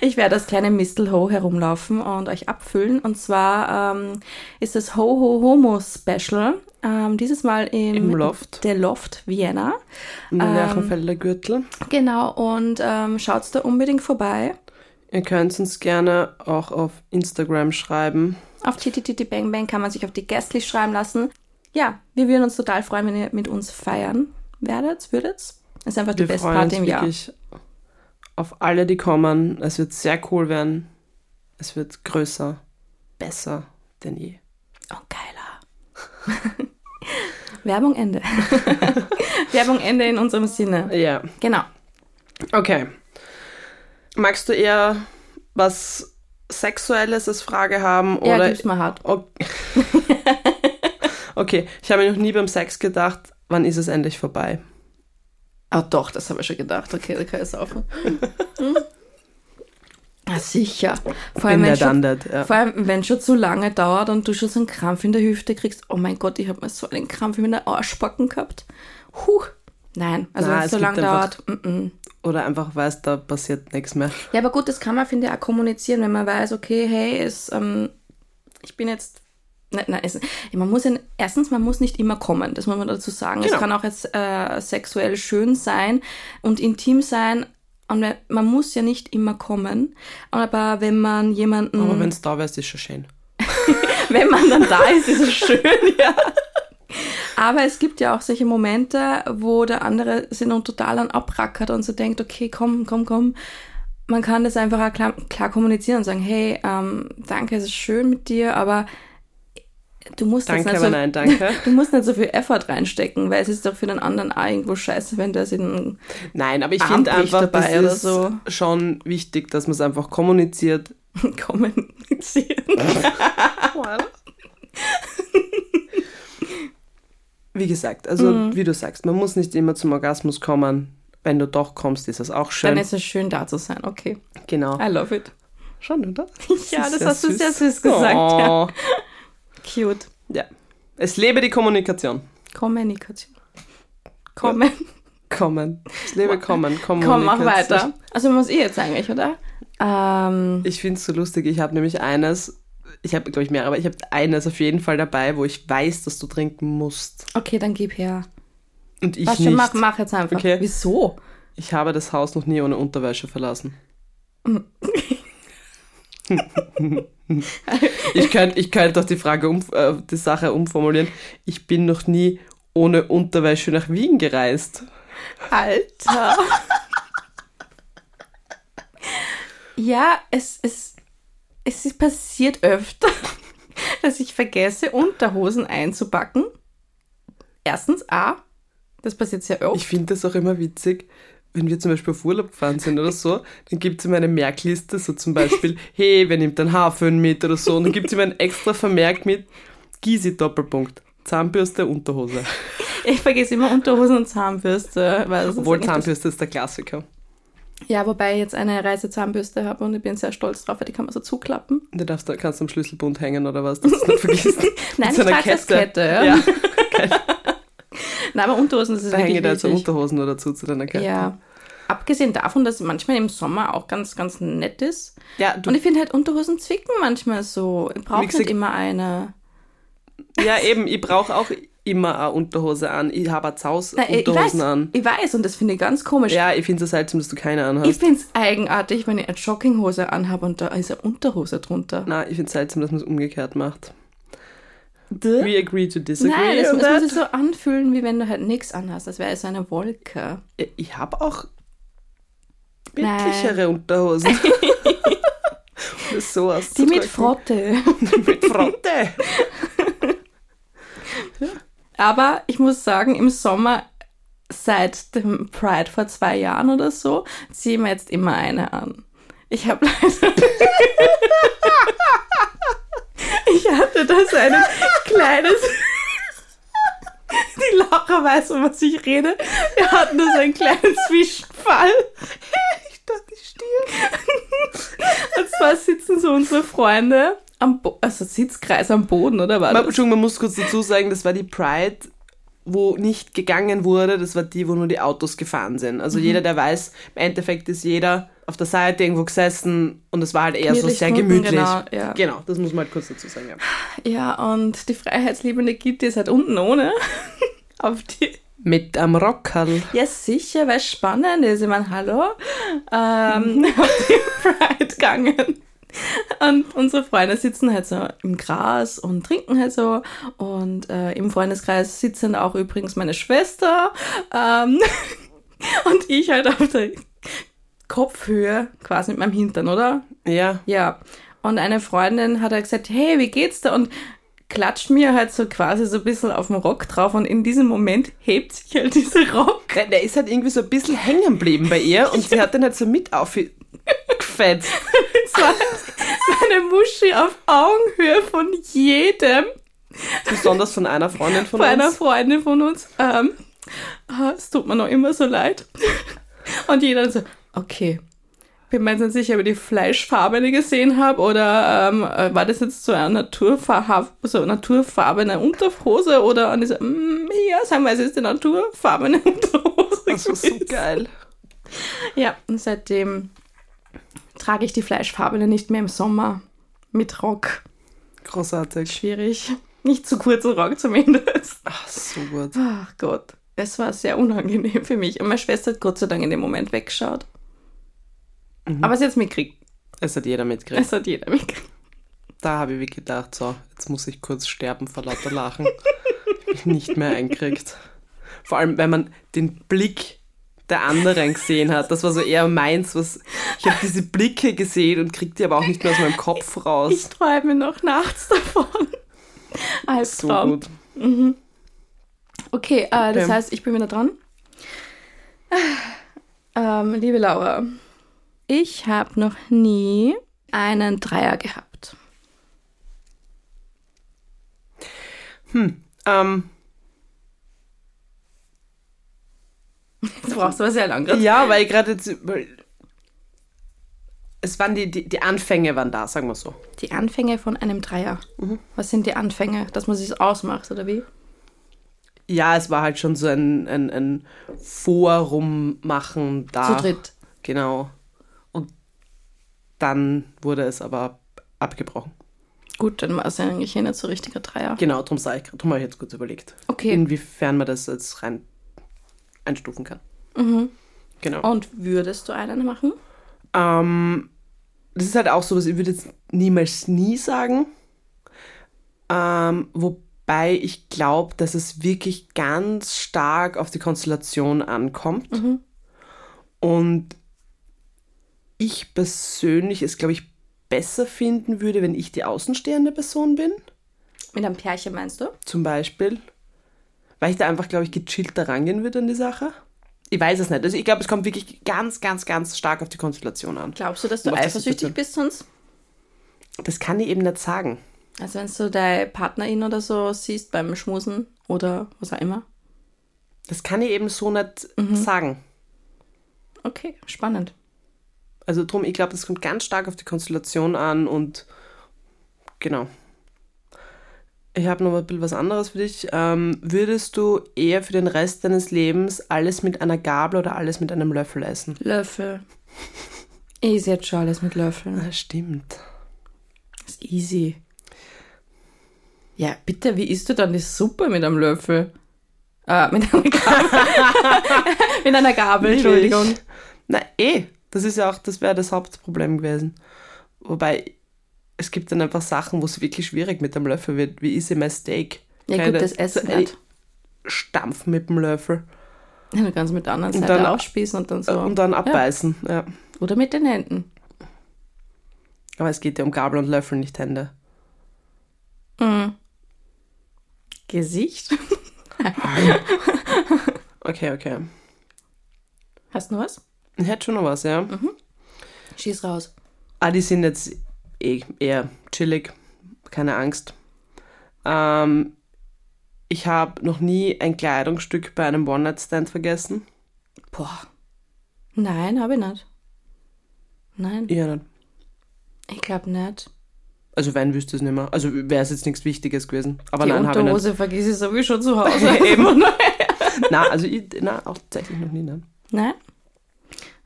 Speaker 1: Ich werde als kleine Mistel-Ho herumlaufen und euch abfüllen. Und zwar ähm, ist das Ho-Ho-Homo-Special. Ähm, dieses Mal im,
Speaker 2: Im Loft.
Speaker 1: Der Loft Vienna.
Speaker 2: Im Lerchenfelder Gürtel.
Speaker 1: Genau, und ähm, schaut's da unbedingt vorbei.
Speaker 2: Ihr könnt uns gerne auch auf Instagram schreiben.
Speaker 1: Auf TTTT Bang Bang kann man sich auf die Guestlist schreiben lassen. Ja, wir würden uns total freuen, wenn ihr mit uns feiern werdet, würdet's. Ist einfach die
Speaker 2: Wir
Speaker 1: beste
Speaker 2: freuen
Speaker 1: Party
Speaker 2: uns
Speaker 1: im Jahr.
Speaker 2: wirklich auf alle, die kommen. Es wird sehr cool werden. Es wird größer, besser denn je.
Speaker 1: Und geiler. Oh, Werbung Ende. Werbung Ende in unserem Sinne.
Speaker 2: Ja,
Speaker 1: Genau.
Speaker 2: okay. Magst du eher was Sexuelles als Frage haben
Speaker 1: Ja,
Speaker 2: oder
Speaker 1: gib's mal hart.
Speaker 2: O- Okay, ich habe mir noch nie beim Sex gedacht, wann ist es endlich vorbei?
Speaker 1: Ah doch, das habe ich schon gedacht. Okay, da kann ich saufen. Hm? Ah, sicher. Vor allem,
Speaker 2: In
Speaker 1: wenn
Speaker 2: der
Speaker 1: schon,
Speaker 2: Dandert, ja.
Speaker 1: vor allem, wenn schon zu lange dauert und du schon so einen Krampf in der Hüfte kriegst. Oh mein Gott, ich habe mal so einen Krampf in der Arschbacken gehabt. Huh. Nein, also
Speaker 2: Na,
Speaker 1: wenn es
Speaker 2: es
Speaker 1: so
Speaker 2: gibt
Speaker 1: lange
Speaker 2: einfach-
Speaker 1: dauert. Mm -mm.
Speaker 2: Oder einfach weiß, da passiert nichts mehr.
Speaker 1: Ja, aber gut, das kann man, finde ich, auch kommunizieren, wenn man weiß, okay, hey, es, ähm, ich bin jetzt. Nein, nein, es, man muss ja, erstens, man muss nicht immer kommen, das muss man dazu sagen. Es
Speaker 2: Genau.
Speaker 1: kann auch jetzt äh, sexuell schön sein und intim sein. Und we- man muss ja nicht immer kommen. Aber wenn man jemanden,
Speaker 2: Aber wenn es da wärst, ist schon schön.
Speaker 1: wenn man dann da ist, ist es schön, ja. Aber es gibt ja auch solche Momente, wo der andere sich nun total an abrackert und so denkt, okay, komm, komm, komm. Man kann das einfach auch klar, klar kommunizieren und sagen, hey, ähm, danke, es ist schön mit dir, aber du musst jetzt
Speaker 2: Danke,
Speaker 1: nicht
Speaker 2: aber
Speaker 1: so,
Speaker 2: nein, danke.
Speaker 1: du musst nicht so viel Effort reinstecken, weil es ist doch für den anderen auch irgendwo scheiße, wenn der sich in
Speaker 2: Nein, aber ich
Speaker 1: Arm
Speaker 2: finde
Speaker 1: bricht
Speaker 2: einfach,
Speaker 1: dabei
Speaker 2: das
Speaker 1: oder
Speaker 2: ist
Speaker 1: so.
Speaker 2: schon wichtig, dass man es einfach kommuniziert.
Speaker 1: kommunizieren. Ah,
Speaker 2: Wie gesagt, also
Speaker 1: Mhm.
Speaker 2: wie du sagst, man muss nicht immer zum Orgasmus kommen. Wenn du doch kommst, ist das auch
Speaker 1: Dann
Speaker 2: schön.
Speaker 1: ist es schön, da zu sein, okay.
Speaker 2: genau.
Speaker 1: I love it.
Speaker 2: Schon, oder?
Speaker 1: Ja,
Speaker 2: ist
Speaker 1: das hast du sehr süß gesagt,
Speaker 2: Oh.
Speaker 1: Cute.
Speaker 2: ja. Es lebe die Kommunikation.
Speaker 1: Kommunikation. Kommen.
Speaker 2: Kommen. Es lebe kommen. Kommunikation.
Speaker 1: Komm, mach weiter. Also muss ich jetzt eigentlich, oder? Ähm,
Speaker 2: Ich finde es so lustig. Ich habe nämlich eines, ich habe, glaube ich, mehrere, aber ich habe eines auf jeden Fall dabei, wo ich weiß, dass du trinken musst.
Speaker 1: okay, dann gib her.
Speaker 2: Und ich
Speaker 1: Was
Speaker 2: nicht.
Speaker 1: schon, mach, mach jetzt einfach.
Speaker 2: Okay.
Speaker 1: Wieso?
Speaker 2: Ich habe das Haus noch nie ohne Unterwäsche verlassen. ich könnte ich könnt doch die Frage um, äh, die Sache umformulieren. Ich bin noch nie ohne Unterwäsche nach Wien gereist.
Speaker 1: Alter. ja, es, es, es ist passiert öfter, dass ich vergesse, Unterhosen einzupacken. Erstens, A, das passiert sehr oft.
Speaker 2: Ich finde das auch immer witzig, wenn wir zum Beispiel auf Urlaub gefahren sind oder so, dann gibt es immer eine Merkliste, so zum Beispiel, hey, wer nimmt den Haarföhn mit oder so, und dann gibt es immer ein extra Vermerk mit Gysi Doppelpunkt. Zahnbürste, Unterhose.
Speaker 1: Ich vergesse immer Unterhosen und Zahnbürste. Weil das
Speaker 2: Obwohl
Speaker 1: ist eigentlich-
Speaker 2: Zahnbürste ist der Klassiker.
Speaker 1: Ja, wobei ich jetzt eine Reisezahnbürste habe und ich bin sehr stolz drauf, weil die kann man so zuklappen.
Speaker 2: Du darfst, da- kannst am Schlüsselbund hängen oder was, dass du es nicht vergisst.
Speaker 1: Nein,
Speaker 2: Mit so
Speaker 1: ich
Speaker 2: einer
Speaker 1: trage das Kette. Ja.
Speaker 2: Ja,
Speaker 1: Nein, aber Unterhosen, das ist
Speaker 2: da hänge
Speaker 1: wirklich
Speaker 2: ich da jetzt
Speaker 1: wichtig.
Speaker 2: Unterhosen oder zu, zu deiner Kette.
Speaker 1: Ja. Abgesehen davon, dass es manchmal im Sommer auch ganz, ganz nett ist.
Speaker 2: Ja, du,
Speaker 1: Und ich finde halt Unterhosen zwicken manchmal so. Ich brauche
Speaker 2: Wie
Speaker 1: nicht
Speaker 2: gesagt-
Speaker 1: immer eine.
Speaker 2: ja eben, ich brauche auch immer eine Unterhose an. Ich habe auch zu Hause
Speaker 1: Nein, ich weiß,
Speaker 2: Unterhosen an.
Speaker 1: ich weiß und das finde ich ganz komisch.
Speaker 2: Ja, ich finde es seltsam, dass du keine anhast.
Speaker 1: Ich finde es eigenartig, wenn ich eine Jogginghose anhabe und da ist eine Unterhose drunter.
Speaker 2: Nein, ich finde es seltsam, dass man es umgekehrt macht.
Speaker 1: Nein,
Speaker 2: We agree to disagree.
Speaker 1: das,
Speaker 2: on
Speaker 1: das muss
Speaker 2: that.
Speaker 1: sich so anfühlen, wie wenn du halt nichts anhast. Das wäre so eine Wolke.
Speaker 2: Äh, ich habe auch
Speaker 1: Nein.
Speaker 2: bildlichere Unterhosen. Um das so
Speaker 1: Die mit
Speaker 2: auszudrücken.
Speaker 1: Frotte.
Speaker 2: mit Frotte.
Speaker 1: Aber ich muss sagen, im Sommer seit dem Pride vor zwei Jahren oder so ziehe ich mir jetzt immer eine an. Ich habe leider. ich hatte da so ein kleines. Die Laura weiß, von was ich rede. Wir hatten da so einen kleinen Zwischenfall.
Speaker 2: Ich dachte, ich stehe.
Speaker 1: Und zwar sitzen so unsere Freunde am Bo also Sitzkreis am Boden, oder war
Speaker 2: Man,
Speaker 1: das?
Speaker 2: Entschuldigung, man muss kurz dazu sagen, das war die Pride, wo nicht gegangen wurde. Das war die, wo nur die Autos gefahren sind. Also
Speaker 1: Mhm.
Speaker 2: jeder, der weiß, im Endeffekt ist jeder auf der Seite irgendwo gesessen und es war halt eher so
Speaker 1: Gemütlich
Speaker 2: sehr
Speaker 1: gucken,
Speaker 2: gemütlich.
Speaker 1: genau, ja.
Speaker 2: genau, das muss man halt kurz dazu sagen. Ja.
Speaker 1: Ja, und die Freiheitsliebende Gitti ist halt unten ohne. Auf die
Speaker 2: Mit am Rockerl.
Speaker 1: Ja, sicher, weil es spannend ist. Ich meine, hallo, ähm, auf die Pride gegangen. Und unsere Freunde sitzen halt so im Gras und trinken halt so. Und äh, im Freundeskreis sitzen auch übrigens meine Schwester ähm, und ich halt auf der Kopfhöhe, quasi mit meinem Hintern, oder?
Speaker 2: Ja,
Speaker 1: Ja. Und eine Freundin hat halt gesagt, hey, wie geht's dir? Und klatscht mir halt so quasi so ein bisschen auf den Rock drauf. Und in diesem Moment hebt sich halt dieser Rock
Speaker 2: Der, der ist halt irgendwie so ein bisschen hängen geblieben bei ihr und sie hat den halt so mit aufgefetzt.
Speaker 1: Es war so eine Muschi auf Augenhöhe von jedem,
Speaker 2: Besonders von einer Freundin von
Speaker 1: von einer
Speaker 2: uns.
Speaker 1: Freundin von uns. Ähm, ah, es tut mir noch immer so leid. Und jeder so, okay. Bin mir jetzt nicht sicher, ob ich die Fleischfarbene gesehen habe oder ähm, äh, war das jetzt so eine Naturfarbe, so eine naturfarbene Unterhose oder und ich so, mm, ja, sagen wir, es ist die naturfarbene Unterhose.
Speaker 2: Das war so
Speaker 1: gewesen.
Speaker 2: geil.
Speaker 1: Ja, und seitdem trage ich die Fleischfarbene nicht mehr im Sommer mit Rock.
Speaker 2: Großartig.
Speaker 1: Schwierig. Nicht zu kurzen Rock zumindest.
Speaker 2: Ach, so gut.
Speaker 1: Ach Gott, es war sehr unangenehm für mich. Und meine Schwester hat Gott sei Dank in dem Moment weggeschaut.
Speaker 2: Mhm.
Speaker 1: Aber es jetzt mitkriegt.
Speaker 2: Es hat jeder mitgekriegt.
Speaker 1: Es hat jeder mitgekriegt.
Speaker 2: Da habe ich wirklich gedacht, so, jetzt muss ich kurz sterben vor lauter Lachen. Ich bin nicht mehr einkriegt. Vor allem, wenn man den Blick der anderen gesehen hat. Das war so eher meins, was. Ich habe diese Blicke gesehen und krieg die aber auch nicht mehr aus meinem Kopf raus.
Speaker 1: Ich träume noch nachts davon.
Speaker 2: so
Speaker 1: Albtraum.
Speaker 2: gut.
Speaker 1: Okay, äh, das
Speaker 2: Okay.
Speaker 1: heißt, ich bin wieder dran. Ähm, liebe Laura, ich habe noch nie einen Dreier gehabt.
Speaker 2: Ähm,
Speaker 1: Das brauchst du aber sehr lange.
Speaker 2: Ja, weil gerade jetzt. Weil es waren die, die, die Anfänge waren da, sagen wir so.
Speaker 1: Die Anfänge von einem Dreier.
Speaker 2: Mhm.
Speaker 1: Was sind die Anfänge? Dass man sich ausmacht, oder wie?
Speaker 2: Ja, es war halt schon so ein, ein, ein Forum machen da.
Speaker 1: Zu dritt.
Speaker 2: Genau. Und dann wurde es aber abgebrochen.
Speaker 1: Gut, dann war es ja eigentlich eh nicht so richtiger Dreier.
Speaker 2: Genau, darum sage ich, grad- drum habe ich jetzt kurz überlegt.
Speaker 1: Okay.
Speaker 2: Inwiefern man das jetzt rein einstufen kann.
Speaker 1: Mhm.
Speaker 2: Genau.
Speaker 1: Und würdest du einen machen?
Speaker 2: Ähm, das ist halt auch sowas, ich würde jetzt niemals nie sagen. Ähm, wobei ich glaube, dass es wirklich ganz stark auf die Konstellation ankommt. Und ich persönlich es, glaube ich, besser finden würde, wenn ich die außenstehende Person bin,
Speaker 1: Mit einem Pärchen meinst du?
Speaker 2: zum Beispiel. Weil ich da einfach, glaube ich, gechillter rangehen würde an die Sache. Ich weiß es nicht. Also ich glaube, es kommt wirklich ganz, ganz, ganz stark auf die Konstellation an.
Speaker 1: Glaubst du, dass du
Speaker 2: Macht das
Speaker 1: eifersüchtig
Speaker 2: Situation.
Speaker 1: bist sonst?
Speaker 2: Das kann ich eben nicht sagen.
Speaker 1: Also wenn du deine Partnerin oder so siehst beim Schmusen oder was auch immer.
Speaker 2: Das kann ich eben so nicht
Speaker 1: Mhm.
Speaker 2: sagen.
Speaker 1: Okay, spannend.
Speaker 2: Also drum, ich glaube, das kommt ganz stark auf die Konstellation an und genau. Ich habe noch ein bisschen was anderes für dich. Ähm, würdest du eher für den Rest deines Lebens alles mit einer Gabel oder alles mit einem Löffel essen?
Speaker 1: Löffel. Easy jetzt schon alles mit Löffeln.
Speaker 2: Ah, stimmt.
Speaker 1: Das ist easy. Ja, bitte, wie isst du dann die Suppe mit einem Löffel? Äh, mit einer Gabel. mit einer Gabel, Entschuldigung.
Speaker 2: Natürlich. Na eh, das ist ja auch, das wäre das Hauptproblem gewesen. Wobei, es gibt dann einfach Sachen, wo es wirklich schwierig mit dem Löffel wird. Wie ist mein Steak?
Speaker 1: Ja
Speaker 2: Keine-
Speaker 1: gut, das Essen
Speaker 2: Äh,
Speaker 1: halt.
Speaker 2: Stampfen mit dem Löffel
Speaker 1: Du kannst mit der anderen
Speaker 2: Und
Speaker 1: Seite
Speaker 2: dann-
Speaker 1: aufspießen und dann so.
Speaker 2: Äh, und dann abbeißen. Ja.
Speaker 1: Ja. Oder mit den Händen.
Speaker 2: Aber es geht ja um Gabel und Löffel, nicht Hände.
Speaker 1: Gesicht.
Speaker 2: Okay, okay.
Speaker 1: Hast du noch was?
Speaker 2: Ich hätte schon noch was, ja.
Speaker 1: Mhm. Schieß raus.
Speaker 2: Ah, die sind jetzt eh, eher chillig, keine Angst. Ähm, ich habe noch nie ein Kleidungsstück bei einem One-Night-Stand vergessen.
Speaker 1: Boah. Nein, habe ich nicht. Nein,
Speaker 2: Ja, nicht.
Speaker 1: ich glaube nicht.
Speaker 2: Also wenn wüsste ich es nicht mehr. Also wäre es jetzt nichts Wichtiges gewesen. Aber
Speaker 1: Die
Speaker 2: nein, habe ich nicht.
Speaker 1: Unterhose vergiss ich sowieso zu Hause.
Speaker 2: Eben. nein, also ich, nein, auch tatsächlich noch nie. Nein.
Speaker 1: Nein?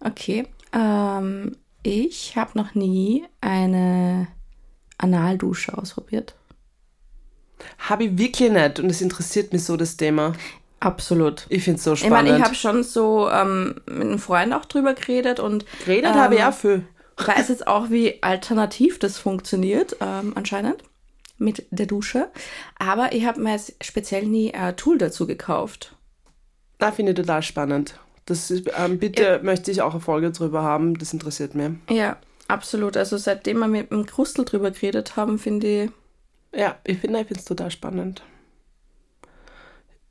Speaker 1: Okay. Ähm, ich habe noch nie eine Analdusche ausprobiert.
Speaker 2: Habe ich wirklich nicht. Und es interessiert mich so, das Thema.
Speaker 1: Absolut.
Speaker 2: Ich finde es so
Speaker 1: Ich meine,
Speaker 2: spannend.
Speaker 1: ich habe schon so ähm, mit einem Freund auch drüber geredet und
Speaker 2: Geredet
Speaker 1: ähm,
Speaker 2: habe ich auch viel.
Speaker 1: weiß jetzt auch, wie alternativ das funktioniert, ähm, anscheinend mit der Dusche. Aber ich habe mir jetzt speziell nie ein Tool dazu gekauft.
Speaker 2: Na, finde ich total spannend. Das ist, ähm, bitte möchte ich auch eine Folge drüber haben. Das interessiert mich.
Speaker 1: Ja, absolut. Also seitdem wir mit dem Krustel drüber geredet haben, finde ich.
Speaker 2: Ja, ich finde es total spannend.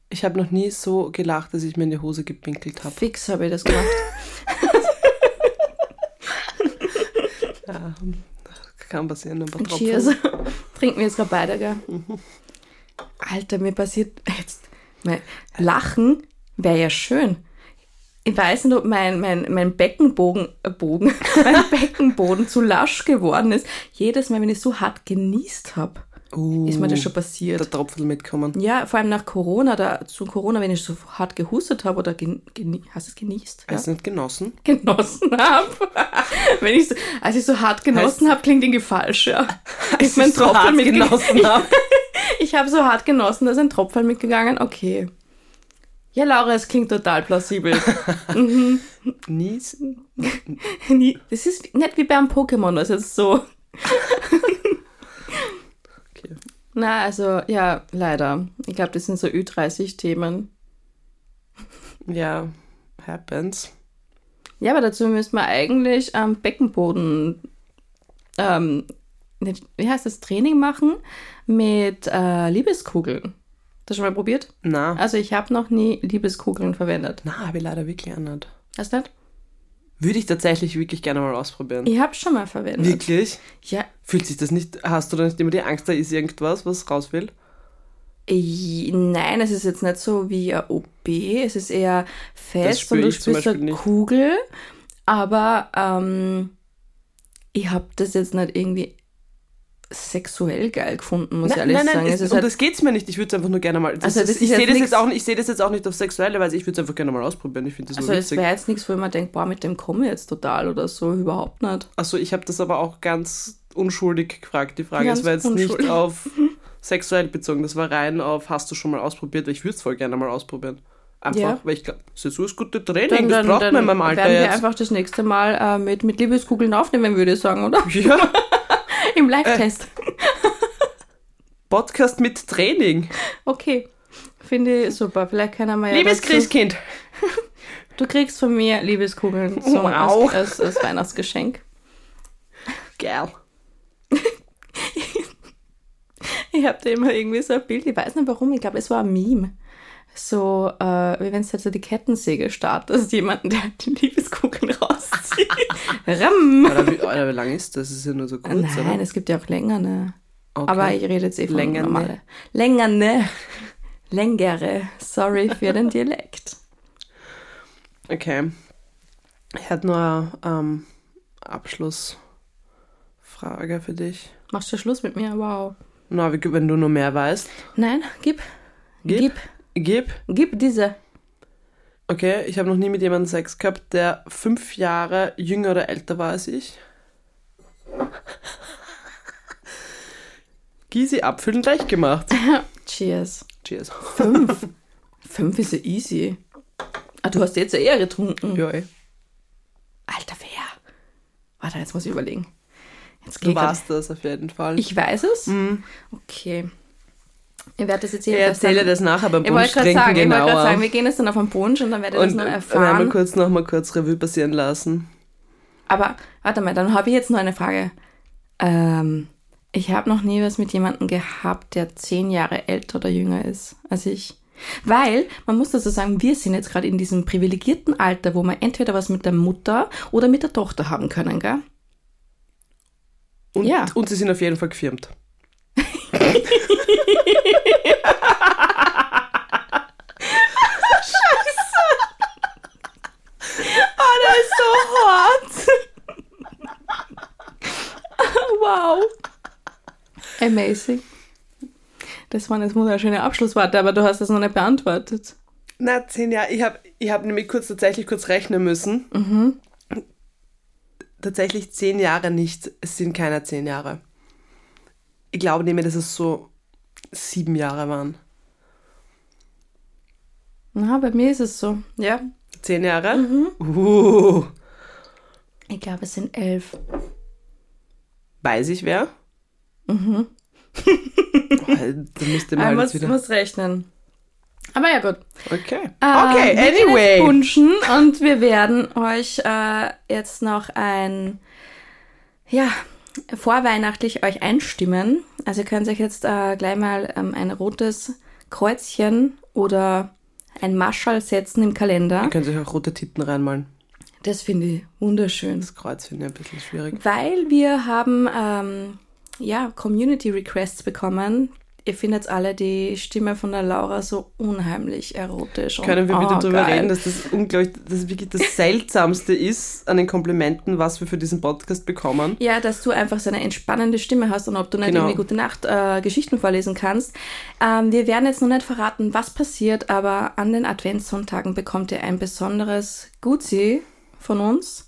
Speaker 2: Ich habe noch nie so gelacht, dass ich mir in die Hose gepinkelt habe.
Speaker 1: Fix habe ich das gemacht.
Speaker 2: Ja, kann passieren, ein paar Tropfen. Mhm.
Speaker 1: Cheers. Trinken wir jetzt gerade beide, gell? Alter, mir passiert jetzt. Mein Lachen wäre ja schön. Ich weiß nicht, ob mein, mein, mein Beckenbogen, äh, Bogen, mein Beckenboden zu lasch geworden ist. Jedes Mal, wenn ich so hart genießt habe,
Speaker 2: Uh,
Speaker 1: ist mir das schon
Speaker 2: Der
Speaker 1: passiert.
Speaker 2: Tropfen mitkommen.
Speaker 1: Ja, vor allem nach Corona, da, zu Corona, wenn ich so hart gehustet habe oder gen, genie, hast du es genießt? Ja?
Speaker 2: Hast du nicht genossen?
Speaker 1: genossen habe. Wenn ich so, als ich so hart genossen habe, klingt irgendwie falsch, ja. Ist mein
Speaker 2: so hart
Speaker 1: Tropfen mitgegangen.
Speaker 2: genossen habe.
Speaker 1: Ich habe so hart genossen, da ist ein Tropfen mitgegangen. Okay. Ja, Laura, es klingt total plausibel.
Speaker 2: Nies?
Speaker 1: Nie- das ist nicht wie beim Pokémon, das ist so.
Speaker 2: Okay.
Speaker 1: Na, also, ja, leider. Ich glaube, das sind so Ü30-Themen.
Speaker 2: Ja, happens.
Speaker 1: Ja, aber dazu müssen wir eigentlich am Beckenboden, ähm, nicht- wie heißt das, Training machen mit äh, Liebeskugeln. Hast du schon mal probiert?
Speaker 2: Na,
Speaker 1: Also ich habe noch nie Liebeskugeln verwendet.
Speaker 2: na, habe ich leider wirklich auch nicht.
Speaker 1: Hast du nicht?
Speaker 2: Würde ich tatsächlich wirklich gerne mal ausprobieren.
Speaker 1: Ich habe schon mal verwendet.
Speaker 2: Wirklich?
Speaker 1: Ja,
Speaker 2: Fühlt sich das nicht, hast du da nicht immer die Angst, da ist irgendwas, was raus will?
Speaker 1: i- nein, es ist jetzt nicht so wie ein OB, es ist eher
Speaker 2: Das
Speaker 1: fest
Speaker 2: spür
Speaker 1: und du
Speaker 2: ich zum
Speaker 1: spürst eine
Speaker 2: Beispiel nicht.
Speaker 1: Kugel, aber ähm, ich habe das jetzt nicht irgendwie sexuell geil gefunden, muss ich ehrlich sagen.
Speaker 2: es-
Speaker 1: es ist
Speaker 2: um
Speaker 1: halt
Speaker 2: das geht's mir nicht. Ich würde es einfach nur gerne mal. Das
Speaker 1: Also, das
Speaker 2: ist,
Speaker 1: ist
Speaker 2: ich
Speaker 1: jetzt
Speaker 2: sehe das,
Speaker 1: nichts-
Speaker 2: jetzt auch nicht- ich seh das jetzt auch nicht auf sexuelle Weise. Ich würde es einfach gerne mal ausprobieren. Ich finde das
Speaker 1: Also
Speaker 2: so
Speaker 1: es
Speaker 2: witzig.
Speaker 1: wäre jetzt nichts, wo man denkt, boah, mit dem komme ich jetzt total oder so, überhaupt nicht.
Speaker 2: Also ich habe das aber auch ganz unschuldig gefragt. Die Frage
Speaker 1: Ganz
Speaker 2: ist, war jetzt
Speaker 1: unschuldig. Mhm.
Speaker 2: nicht auf sexuell bezogen. Das war rein auf, hast du schon mal ausprobiert? Weil ich würde es voll gerne mal ausprobieren. Einfach,
Speaker 1: Ja.
Speaker 2: weil ich glaube, so ist gute Training. das braucht man in meinem Alter
Speaker 1: werden wir
Speaker 2: jetzt.
Speaker 1: einfach das nächste Mal äh, mit, mit Liebeskugeln aufnehmen, würde ich sagen, oder?
Speaker 2: Ja,
Speaker 1: Im Live-Test.
Speaker 2: Äh. Podcast mit Training.
Speaker 1: Okay. Finde ich super. Vielleicht kann er mal ja
Speaker 2: Liebes
Speaker 1: dazu-
Speaker 2: Christkind.
Speaker 1: Du kriegst von mir Liebeskugeln zum
Speaker 2: Wow.
Speaker 1: als, als, als Weihnachtsgeschenk.
Speaker 2: Geil.
Speaker 1: Ich habe da immer irgendwie so ein Bild, ich weiß nicht warum, ich glaube, es war ein Meme. So, äh, wie wenn du halt so die Kettensäge startest, jemanden, der die Liebeskugeln rauszieht. Ramm!
Speaker 2: Alter, wie, Alter, wie lang ist das? Das ist ja nur so kurz,
Speaker 1: Ah, Nein,
Speaker 2: oder?
Speaker 1: es gibt ja auch länger, ne?
Speaker 2: Okay.
Speaker 1: Aber ich rede jetzt eh von
Speaker 2: Längerne.
Speaker 1: normale. Längerne. Längere. Sorry für den Dialekt.
Speaker 2: Okay. Ich hätte nur eine ähm, Abschlussfrage für dich.
Speaker 1: Machst du Schluss mit mir? Wow.
Speaker 2: Na, wie- wenn du noch mehr weißt,
Speaker 1: Nein, gib.
Speaker 2: Gib?
Speaker 1: Gib,
Speaker 2: gib.
Speaker 1: gib diese.
Speaker 2: Okay, ich habe noch nie mit jemandem Sex gehabt, der fünf Jahre jünger oder älter war als ich. Gysi abfüllen gleich gemacht.
Speaker 1: Cheers.
Speaker 2: Cheers.
Speaker 1: Fünf ist ja easy. Ah, du hast jetzt ja eher getrunken.
Speaker 2: Ja, ey.
Speaker 1: Alter, wer? Warte, jetzt muss ich überlegen. Jetzt
Speaker 2: Du
Speaker 1: geht grad-
Speaker 2: warst Mhm. das auf jeden Fall.
Speaker 1: Ich weiß es? Okay. Ich werde das jetzt
Speaker 2: Ich
Speaker 1: hier
Speaker 2: erzähle das nachher beim
Speaker 1: Ich wollte
Speaker 2: Punsch
Speaker 1: gerade
Speaker 2: trinken
Speaker 1: sagen, ich wollte gerade
Speaker 2: genauer.
Speaker 1: sagen, wir gehen jetzt dann auf den Punsch und dann werdet ihr das
Speaker 2: Und
Speaker 1: noch
Speaker 2: wir haben
Speaker 1: erfahren.
Speaker 2: kurz noch mal kurz Revue passieren lassen.
Speaker 1: Aber warte mal, dann habe ich jetzt noch eine Frage. Ähm, ich habe noch nie was mit jemandem gehabt, der zehn Jahre älter oder jünger ist als ich. Weil, man muss dazu sagen, wir sind jetzt gerade in diesem privilegierten Alter, wo man entweder was mit der Mutter oder mit der Tochter haben können, gell?
Speaker 2: Und,
Speaker 1: Ja.
Speaker 2: und sie sind auf jeden Fall gefirmt.
Speaker 1: Das ist so hart. wow. Amazing. Das waren jetzt wunderschöne Abschlussworte, aber du hast das noch nicht beantwortet.
Speaker 2: Na, zehn Jahre. Ich habe ich hab nämlich kurz tatsächlich kurz rechnen müssen.
Speaker 1: Mhm.
Speaker 2: Tatsächlich zehn Jahre nicht. Es sind keine zehn Jahre. Ich glaube nämlich, dass es so sieben Jahre waren.
Speaker 1: Na, bei mir ist es so, ja.
Speaker 2: Zehn Jahre?
Speaker 1: Mhm.
Speaker 2: Uh,
Speaker 1: Ich glaube, es sind elf.
Speaker 2: weiß ich wer? Mhm. da müsste
Speaker 1: Ah,
Speaker 2: man halt
Speaker 1: muss,
Speaker 2: jetzt wieder.
Speaker 1: muss rechnen. Aber ja, gut.
Speaker 2: Okay.
Speaker 1: Äh, wir
Speaker 2: Okay,
Speaker 1: gehen jetzt
Speaker 2: anyway.
Speaker 1: Punschen und wir werden euch äh, jetzt noch ein, ja, vorweihnachtlich euch einstimmen. Also ihr könnt euch jetzt äh, gleich mal ähm, ein rotes Kreuzchen oder ein Marschall setzen im Kalender.
Speaker 2: Ihr könnt euch auch rote Titten reinmalen.
Speaker 1: Das finde ich wunderschön.
Speaker 2: Das Kreuz finde ich ein bisschen schwierig.
Speaker 1: Weil wir haben ähm, ja Community Requests bekommen. Ihr findet alle die Stimme von der Laura so unheimlich erotisch. und-
Speaker 2: Können wir wieder
Speaker 1: oh,
Speaker 2: drüber
Speaker 1: geil.
Speaker 2: reden, dass das unglaublich, das wirklich das Seltsamste ist an den Komplimenten, was wir für diesen Podcast bekommen.
Speaker 1: ja, dass du einfach so eine entspannende Stimme hast und ob du nicht
Speaker 2: Genau.
Speaker 1: irgendwie gute Nacht äh, Geschichten vorlesen kannst. Ähm, wir werden jetzt noch nicht verraten, was passiert, aber an den Adventssonntagen bekommt ihr ein besonderes Gutsi von uns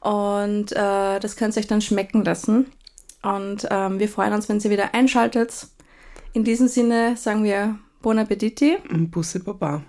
Speaker 1: und äh, das könnt ihr euch dann schmecken lassen. Und ähm, wir freuen uns, wenn ihr wieder einschaltet. In diesem Sinne sagen wir Buon Appetiti.
Speaker 2: Bussi Baba.